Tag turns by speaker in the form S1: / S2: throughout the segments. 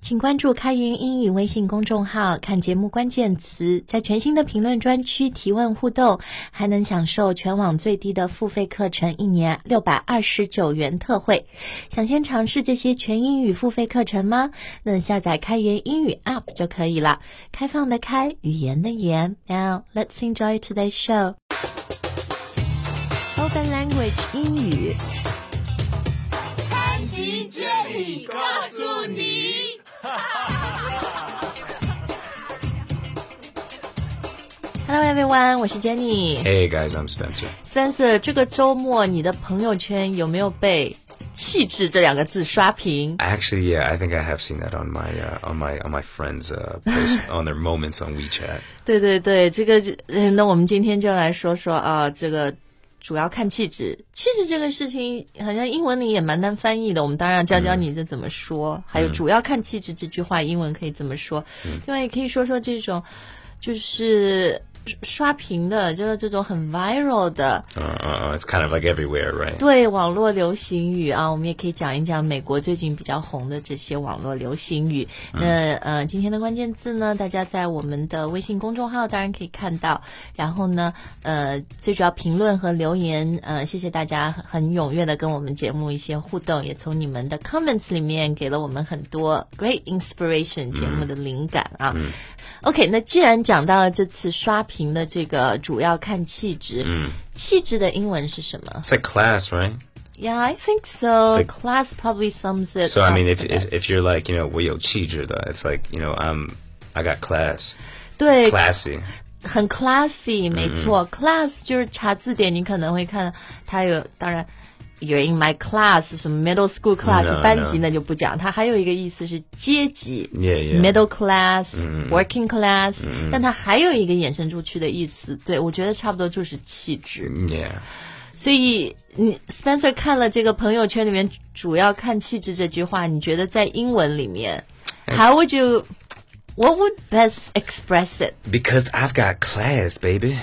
S1: 请关注开云英语微信公众号，看节目关键词，在全新的评论专区提问互动，还能享受全网最低的付费课程一年六百二十九元特惠。想先尝试这些全英语付费课程吗？那下载开源英语 App 就可以了。开放的开，语言的言。Now let's enjoy today's show. Open language 英语。
S2: 潘吉建议告诉你，
S1: Hello everyone，我是 Jenny。
S3: Hey guys, I'm Spencer.
S1: Spencer，这个周末你的朋友圈有没有被“气质”这两个字刷屏？
S3: Actually, yeah, I think I have seen that on my uh, on my on my friends' uh, post on their moments on WeChat.
S1: 对对对，这个就嗯，那我们今天就来说说啊，这个主要看气质。气质这个事情，好像英文里也蛮难翻译的。我们当然要教教你这怎么说，还有主要看气质这句话，英文可以怎么说？另外也可以说说这种，就是刷屏的，就是这种很 viral 的，
S3: Uh, uh, uh, it's kind of like everywhere, right?
S1: 对网络流行语啊，我们也可以讲一讲美国最近比较红的这些网络流行语。那呃，今天的关键字呢，大家在我们的微信公众号当然可以看到。然后呢，呃，最主要评论和留言，呃，谢谢大家很很踊跃的跟我们节目一些互动，也从你们的 comments 里面给了我们很多 great inspiration 节目的灵感啊。OK，那既然讲到了这次刷屏的这个主要看气质，气质的英文是什么？
S3: It's like class, right?
S1: Yeah, I think so.
S3: like-
S1: Class probably sums it.
S3: So I mean,
S1: up
S3: if
S1: the
S3: if,
S1: best.
S3: if you're like you know, 我有气质的, it's like you know, I'm I got class, 嗯
S1: 对
S3: classy.
S1: 很 classy，没错、c l a s s 就是查字典，你可能会看它有，当然，you're in my class，什么 middle school class，、
S3: No,
S1: 班级
S3: no
S1: 那就不讲。它还有一个意思是阶级
S3: Yeah, 嗯 yeah
S1: middle class，working class，、但
S3: 嗯
S1: 它还有一个衍生出去的意思，对我觉得差不多就是气质。
S3: Yeah.
S1: 所以你 Spencer 看了这个朋友圈里面主要看气质这句话，你觉得在英文里面，How would you What would best express it?
S3: Because I've got class, baby.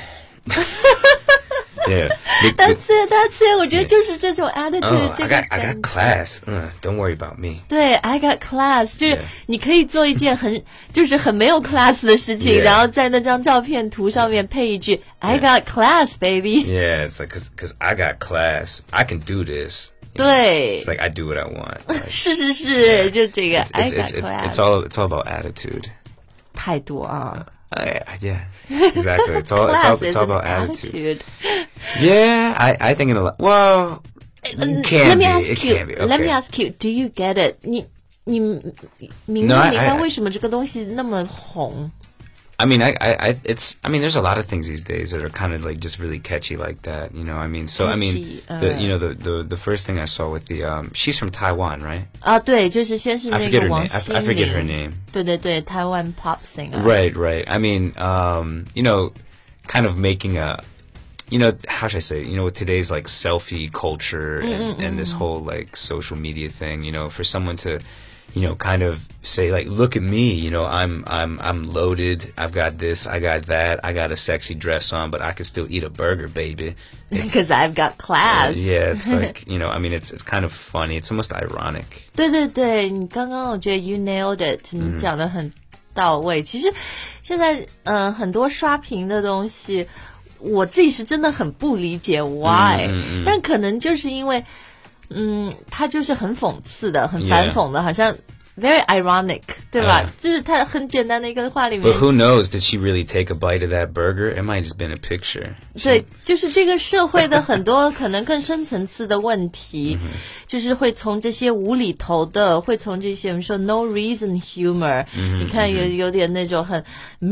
S3: yeah. be-
S1: That's it, that's it。我觉得就是这种 attitude，
S3: oh,
S1: 这
S3: I
S1: 个
S3: got I
S1: 感
S3: got class. Uh, don't worry about me.
S1: 对，I got class，就是
S3: Yeah.
S1: 你可以做一件很 就是很没有 class 的事情，
S3: Yeah.
S1: 然后在那张照片图上面配一句 I got class, baby。
S3: Yeah, it's like cause, 'cause I got class. I can do this. You know,
S1: 对
S3: It's like I do what I want. Like,
S1: 是是是，就这个 I got
S3: it's, it's, it's, it's
S1: class，
S3: all it's all about attitude.
S1: 态度啊。
S3: I, I- yeah, exactly. 哦 It's all it's all,
S1: Class
S3: it's all
S1: is an
S3: about attitude. Yeah, I, I think in a lot. Well, it can
S1: Uh, Let me
S3: be. it
S1: ask you.
S3: can be. Okay.
S1: Let me ask you. Do you get it? 你你明不
S3: No, I-
S1: 明白
S3: I-
S1: 为什么这个东西那么红？
S3: I mean, I, I, I, it's. I mean, there's a lot of things these days that are kind of like just really catchy like that. You know, I mean, so
S1: Catchy, uh,
S3: I mean, the, you know, the, the the first thing I saw with the um, she's from Taiwan, right?
S1: 啊，对，就是先是
S3: I
S1: 那个
S3: forget her
S1: 王
S3: name. I
S1: 心
S3: f- I forget her
S1: 凌
S3: name.
S1: 对对对，台湾 pop singer。
S3: Right, right. I mean, um, you know, kind of making a, you know, how should I say? it? You know, with today's like selfie culture and, and this whole like social media thing, you know, for someone to, you know, kind of say like, look at me, you know, I'm I'm I'm loaded. I've got this. I got that. I got a sexy dress on, but I can still eat a burger, baby. It's,
S1: Because I've got class.
S3: yeah, it's like you know, I mean, it's it's kind of funny. It's almost ironic.
S1: 对对对，你刚刚我觉得 you nailed it，你讲的很到位。其实现在嗯、呃很多刷屏的东西，我自己是真的很不理解 why，、但可能就是因为嗯，它就是很讽刺的，很反讽的好像 very ironic，对吧
S3: Yeah.
S1: 就是它很简单的一个话里面
S3: But who knows? Did she really take a bite of that burger? It might have just been a picture.
S1: 对，就是这个社会的很多可能更深层次的问题，
S3: 嗯
S1: 就是会从这些无厘头的，会从这些我们说 no reason humor，、你
S3: 嗯
S1: 看有有点那种很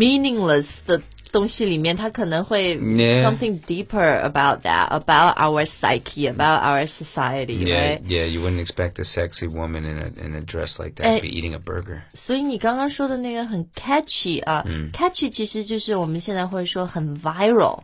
S1: meaningless 的东西里面，它可能会
S3: Yeah.
S1: something deeper about that，about our psyche，about our society，
S3: Yeah,
S1: right？
S3: yeah, you wouldn't expect a sexy woman in a in a dress like that
S1: Eh.
S3: to be eating a burger.
S1: 所以你刚刚说的那个很 catchy 啊、c
S3: 嗯
S1: a t c h y 其实就是我们现在会说很 viral。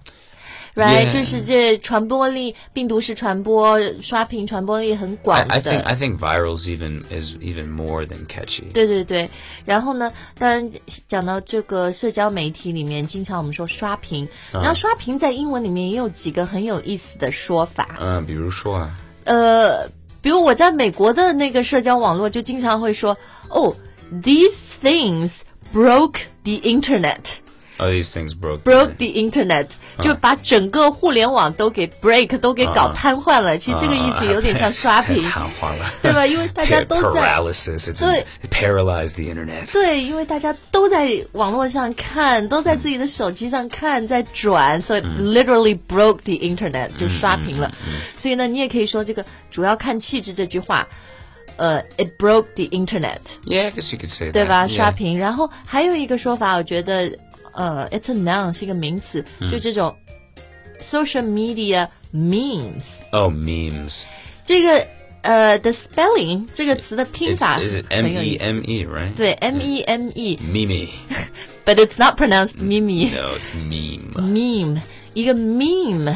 S1: Right，
S3: Yeah
S1: 就是这传播力，病毒式传播，刷屏传播力很广
S3: I, I
S1: 的。
S3: think I think virals even is even more than catchy.
S1: 对对对，然后呢，当然讲到这个社交媒体里面，经常我们说刷屏，
S3: 啊
S1: 然后刷屏在英文里面也有几个很有意思的说法。
S3: Uh,
S1: 呃，比如我在美国的那个社交网络就经常会说，哦 these things broke the internet.
S3: Oh, these things broke. the
S1: broke
S3: internet.
S1: the internet，、就把整个互联网都给 break 都给搞瘫痪了。其实这个意思有点像刷 屏，
S3: 瘫痪了。
S1: 对吧？ 因为大家都在
S3: paralysis. It's
S1: 对。
S3: it paralyzed the internet.
S1: 对，因为大家都在网络上看，都在自己的手机上看，在转，所以 literally broke the internet 就刷屏了。所以呢，你也可以说这个主要看气质这句话，呃，it broke the internet。
S3: Yeah, I guess you could say
S1: 对吧？
S3: that.
S1: 刷
S3: Yeah.
S1: 屏。然后还有一个说法，我觉得，呃，it's a noun 是一个名词，
S3: 嗯
S1: 就这种 social media memes
S3: Oh, memes.
S1: 这个呃的 spelling 这个词的拼
S3: It's,
S1: 法
S3: is it E
S1: 很有意
S3: M-E-M-E,
S1: 思
S3: right?
S1: 对，m e m e，but
S3: Mimi.
S1: it's not pronounced mimi
S3: No, it's meme.
S1: meme 一个 meme。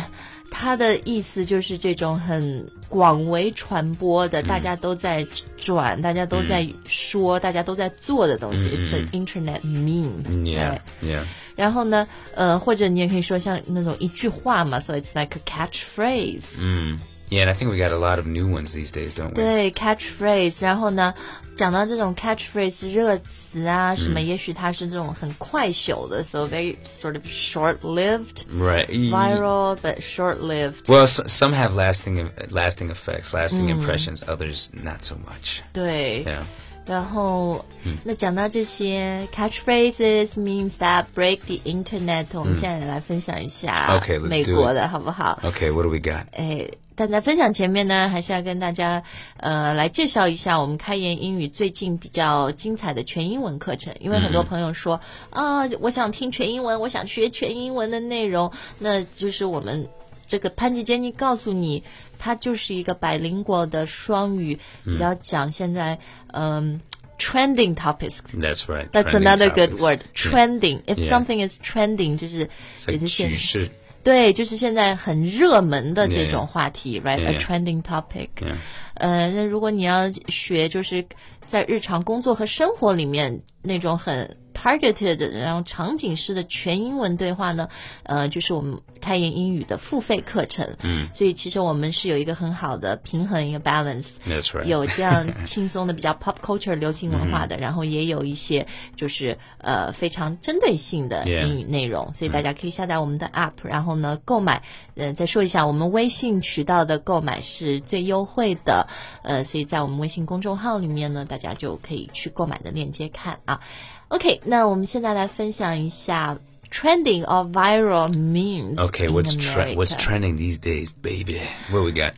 S1: 它的意思就是这种很广为传播
S3: 嗯
S1: 的，大家都在转，大家都在说，大家都在做的东
S3: 嗯
S1: 西。It's an internet meme。
S3: Yeah, yeah.
S1: 然后呢，呃，或者你也可以说像那种一句话嘛，so it's like a catchphrase、
S3: Yeah, and I think we got a lot of new ones these days, don't we?
S1: 对，catchphrase。然后呢，讲到这种 catchphrase 热词啊什么，也许它是这种很快朽的，so very sort of short-lived。
S3: Right. Y-
S1: Viral but short-lived，
S3: Well, s- some have lasting e, lasting effects, lasting
S1: Mm.
S3: impressions. Others, not so much.
S1: 对。
S3: Yeah.
S1: 然后，那讲到这些 catchphrases、memes that break the internet，我们现在来分享一下
S3: Okay, let's
S1: 美
S3: do
S1: 国
S3: it.
S1: 的好不好？
S3: Okay, what do we got?
S1: 哎，但在分享前面呢，还是要跟大家呃来介绍一下我们开言英语最近比较精彩的全英文课程，因为很
S3: 嗯
S1: 多朋友说、啊，我想听全英文，我想学全英文的内容，那就是我们这个潘吉杰尼告诉你，它就是一个百灵果的双语，也要讲现在嗯、trending topics。
S3: That's right.
S1: That's
S3: trending
S1: another good
S3: topics.
S1: word.
S3: Yeah.
S1: Trending. If
S3: Yeah.
S1: something is trending，就是也是
S3: It's like
S1: 现
S3: 趋势。
S1: 对，就是现在很热门的这
S3: Yeah.
S1: 种话题，right？A
S3: Yeah.
S1: trending topic。
S3: Yeah.
S1: 呃，那如果你要学，就是在日常工作和生活里面那种很 targeted，然后场景式的全英文对话呢，呃，就是我们开言英语的付费课程。嗯，所以其实我们是有一个很好的平衡，一个 balance。
S3: That's right. 嗯
S1: 有这样轻松的比较 pop culture 流行文化的，然后也有一些就是呃非常针对性的
S3: Yeah 嗯
S1: 英语内容，所以大家可以下载我们的 app，然后呢购买。呃，再说一下，我们微信渠道的购买是最优惠的，呃，所以在我们微信公众号里面呢，大家就可以去购买的链接看啊。OK，那我们现在来分享一下 trending or viral memes。
S3: Okay, what's tre- what's trending these days, baby? What we got?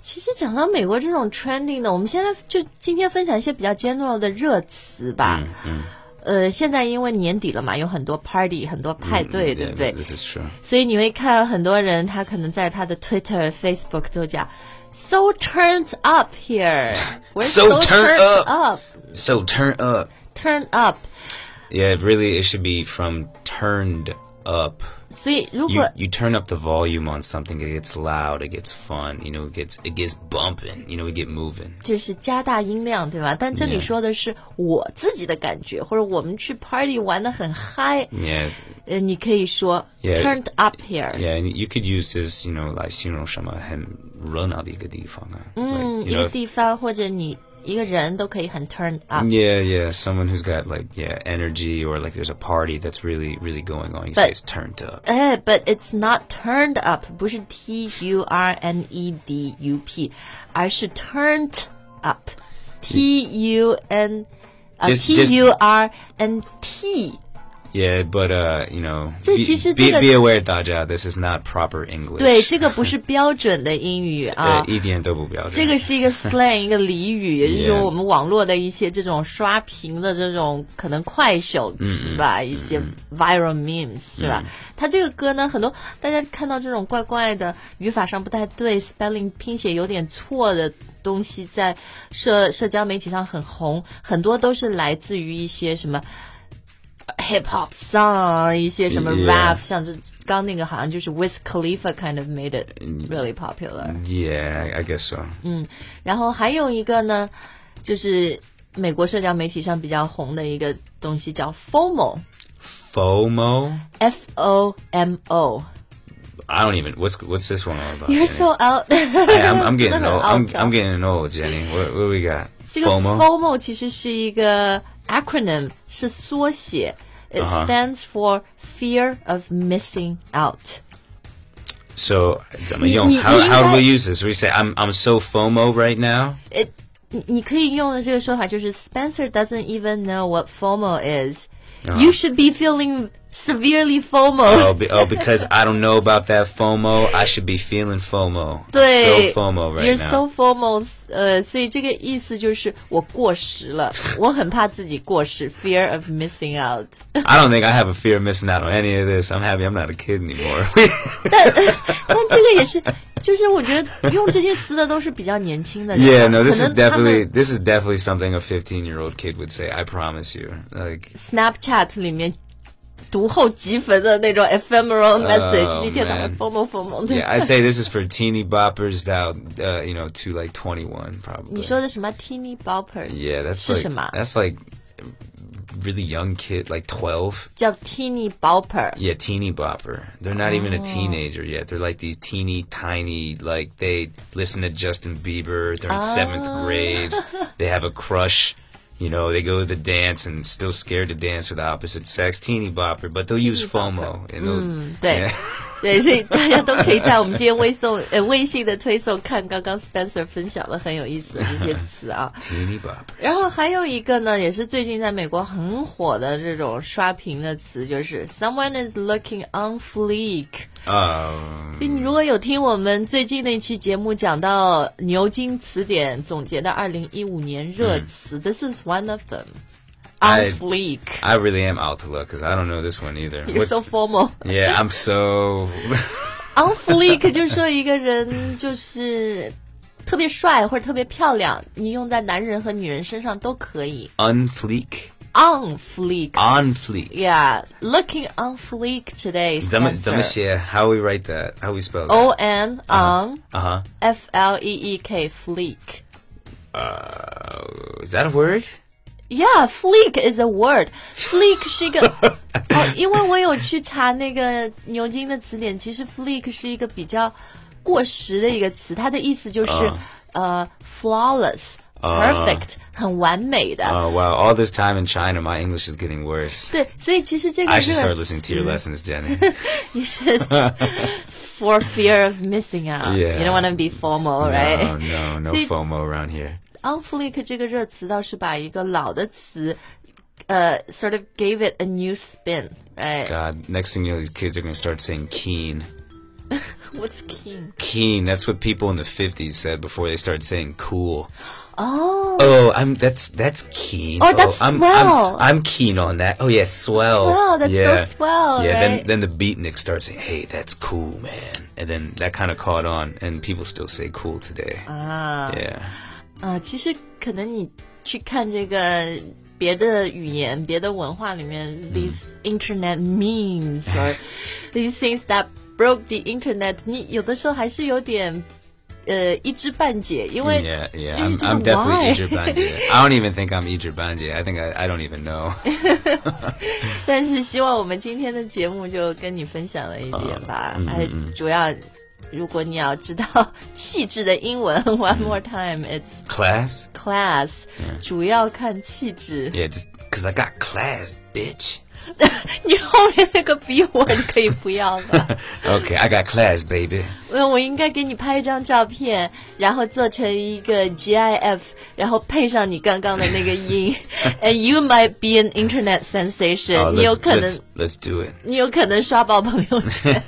S1: 其实讲到美国这种 trending 的，我们现在就今天分享一些比较 general 的热词吧。嗯。呃，现在因为年底了嘛，有很多 party，很多派对，对
S3: Yeah,
S1: 不对？
S3: This is true.
S1: 所以你会看很多人，他可能在他的 Twitter、Facebook 都讲 “so turned up here”，we're
S3: So turned up
S1: up,
S3: So turn up.
S1: turn up。
S3: Yeah, really, it should be from turned up.
S1: 所以如
S3: You
S1: 果
S3: you turn up the volume on something, it gets loud, it gets fun. You know, it gets it gets bumping. You know, we get moving.
S1: 就是加大音量，对吧？但这里
S3: Yeah.
S1: 说的是我自己的感觉，或者我们去 party 玩的很嗨，
S3: Yeah,
S1: 呃，你可以说
S3: Yeah.
S1: turned up here。
S3: yeah. And you could use this, you know, like 形容什么很热闹的一个地方啊。
S1: 嗯，
S3: Like,
S1: 一
S3: you
S1: 个
S3: know,
S1: 地方或者你一个人都可以很 turn up。
S3: Yeah, yeah. Someone who's got like yeah energy, or like there's a party that's really, really going on. You
S1: But-
S3: say it's turned up.
S1: 哎，but it's not turned up，不是 T U R N E D U P，而是 turned up，T U N，呃
S3: 嗯 Just-
S1: T
S3: just-
S1: U R N T。
S3: Yeah, but uh, you know,
S1: 这其实
S3: be, be,
S1: 这个-
S3: be aware, 大家, this is not proper English. Uh,
S1: 对，这个不是标准的英语啊。
S3: 呃，一点都不标准。
S1: 这个是 一个 slang，一个俚语，也就是说
S3: Yeah
S1: 我们网络的一些这种刷屏的这种可能快手词吧，
S3: 嗯
S1: 一些 viral memes 是吧？它这个歌呢，很多大家看到这种怪怪的语法上不太对，spelling 拼写有点错的东西，在社社交媒体上很红，很多都是来自于一些什么。hip hop song，一些什么
S3: Yeah
S1: rap，、像这刚那个好像就是 Wiz Khalifa kind of made it really popular。
S3: Yeah, I I guess so.
S1: Mm. 然后还有一个呢，就是美国社交媒体上比较红的一个东西叫 FOMO，F
S3: FOMO.
S1: O M O。
S3: I don't even. What's what's this one all about?
S1: You're
S3: Jenny?
S1: so out。
S3: I, am I'm getting
S1: Out
S3: old. I'm,
S1: though.
S3: I'm getting old, Jenny. What what we got?
S1: 这个
S3: FOMO.
S1: FOMO 其实是一个 acronym 是缩写，it stands for fear of missing out。
S3: So 怎么用？
S1: 你-
S3: How
S1: 你应该-
S3: how do we use this? We say I'm I'm so FOMO right now.
S1: 你你可以用的这个说法就是 Spencer doesn't even know what FOMO is. You should be feeling severely
S3: Oh,
S1: FOMO.
S3: be, oh, because I don't know about that FOMO. I should be feeling FOMO. I'm
S1: 对
S3: so FOMO right
S1: You're
S3: now.
S1: so FOMO. 呃，所以这个意思就是我过时了，我很怕自己过时，fear of missing out。
S3: I don't think I have a fear of missing out on any of this. I'm happy I'm not a kid anymore.
S1: 但这个也是，就是我觉得用这些词的都是比较年轻的人啊，
S3: yeah, no, this
S1: 可
S3: is
S1: 能他
S3: definitely
S1: 们
S3: this is definitely something a 15 year old kid would say. I promise you. Like,
S1: Snapchat 里面读后即焚的那种 ephemeral message，一天到晚
S3: Oh, man
S1: FOMO FOMO 的。
S3: yeah, I say this is for teeny boppers down, uh, you know, to like 21 probably.
S1: 你说的什么 teeny boppers？
S3: Yeah, that's
S1: 是
S3: like
S1: 什么？
S3: that's like really young kid, like 12.
S1: 叫 teeny bopper。
S3: Yeah, teeny bopper. They're not even a teenager yet. They're like these teeny tiny, like they listen to Justin Bieber. They're in seventh grade. They have a crush. You know, they go to the dance and still scared to dance with the opposite sex. Teeny bopper, but they'll use FOMO. And they'll,
S1: 对
S3: Yeah.
S1: 对，所以大家都可以在我们今天微送呃微信的推送看刚刚 Spencer 分享的很有意思的这些词啊。
S3: teeny boppers.
S1: 然后还有一个呢，也是最近在美国很火的这种刷屏的词，就是 someone is looking on fleek。
S3: Um,
S1: 所以你如果有听我们最近那期节目讲到牛津词典总结的二零一五年热词、t h i s is one of them。
S3: I-
S1: on fleek。
S3: I really am out to look because I don't know this one either.
S1: You're so formal.
S3: yeah, I'm so.
S1: On fleek 就是说一个人就是特别帅或者特别漂亮，你用在男人和女人身上都可以。
S3: on fleek.
S1: On fleek。
S3: On fleek.
S1: Yeah, looking on fleek today.
S3: Zama-
S1: Spencer.
S3: Zamashia, How we write that? How we spell that?
S1: O N on
S3: Uh huh.
S1: F L E E K fleek.
S3: Uh, is that a word?
S1: Yeah, fleek is a word. Fleek 是一 个哦，因为我有去查那个牛津的词典，其实 fleek 是一个比较过时的一个词，它的意思就是、呃 flawless、perfect，很完美的。
S3: Oh wow! All this time in China, my English is getting worse.
S1: 对，所以其实这个
S3: I
S1: 热
S3: should
S1: 词
S3: start listening to your lessons, Jenny.
S1: You should for fear of missing out.
S3: Yeah.
S1: You don't want to be formal, right?
S3: No, no, no
S1: See-
S3: FOMO around here.
S1: on fleek 这个热词倒是把一个老的词，呃、s o r t of gave it a new spin，right？What's
S3: God, next thing you know, these kids are going to start saying keen,
S1: keen？
S3: keen. That's what people in the '50s said before they started saying cool.
S1: 哦、
S3: Oh, I'm that's that's keen.
S1: Oh, that's
S3: I'm,
S1: swell.
S3: I'm I'm keen on that. Oh yeah, swell.
S1: Swell, that's so
S3: yeah.
S1: swell, 哎
S3: Yeah.
S1: right?
S3: Then then the beatnik starts saying, "Hey, that's cool, man," and then that kind of caught on, and people still say cool today.
S1: Ah.
S3: Yeah.
S1: 啊、其实可能你去看这个别的语言、别的文化里面、t h e s
S3: 嗯
S1: e internet memes or these things that broke the internet，你有的时候还是有点呃一知半解，因为
S3: Yeah,
S1: 因
S3: yeah.
S1: 为
S3: I'm,
S1: 这个
S3: I'm definitely
S1: why
S3: Idris Banje. I don't even think I'm Idris Banje. I think I, I don't even know.
S1: 但是希望我们今天的节目就跟你分享了一点吧，
S3: 啊嗯
S1: 还、主要。如果你要知道 气质的英文，one more time，it's
S3: Class?
S1: class，、主要看气质。
S3: Yeah, just because I got class, bitch.
S1: 你后面那个逼我，你可以不要 吗？
S3: Okay, I got class, baby.
S1: 我我应该给你拍一张照片，然后做成一个 GIF，然后配上你刚刚的那个音 ，and you might be an internet sensation，、
S3: Oh,
S1: 你有
S3: let's,
S1: 可能
S3: let's, let's do it.
S1: 你有可能刷爆朋友 圈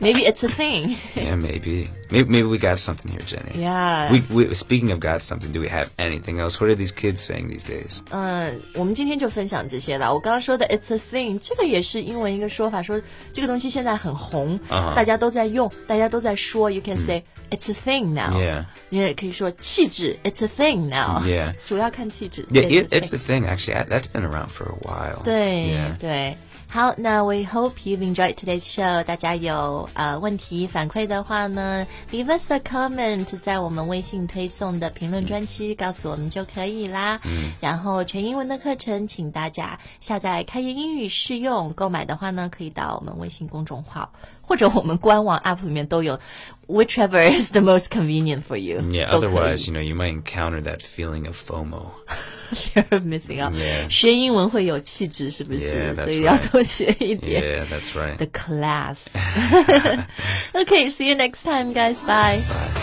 S1: ，maybe it's a thing。
S3: Yeah, maybe. Maybe, maybe we got something here, Jenny.
S1: Yeah.
S3: We, we, speaking of got something, do we have anything else? What are these kids saying these days?
S1: 嗯，我们今天就分享这些了。我刚刚说的 "It's a thing" 这个也是英文一个说法，说这个东西现在很红 Mm
S3: 啊
S1: 大家都在用，大家都在说。You can say "It's a thing now"，、
S3: Yeah
S1: 你也可以说气质 "It's a thing now"。
S3: Yeah
S1: 主要看气质。
S3: yeah,
S1: "It's a
S3: it, it's
S1: thing."
S3: a thing, actually. I, that's been around for a while.
S1: 对
S3: Yeah.
S1: 对。好，那 we hope you've enjoyed today's show。大家有呃问题反馈的话呢，leave us a comment，在我们微信推送的评论专区告诉我们就可以啦。嗯。然后全英文的课程，请大家下载开言英语试用。购买的话呢，可以到我们微信公众号或者我们官网 app 里面都有，whichever is the most convenient for you 都可以。
S3: Yeah, otherwise, you know, you might encounter that feeling of FOMO.
S1: fear of missing out。
S3: Yeah.
S1: 学英文会有气质，是不是
S3: Yeah, that's
S1: 所以要多学一点。
S3: Yeah, that's right.
S1: The class. okay, see you next time, guys. Bye.
S3: Bye.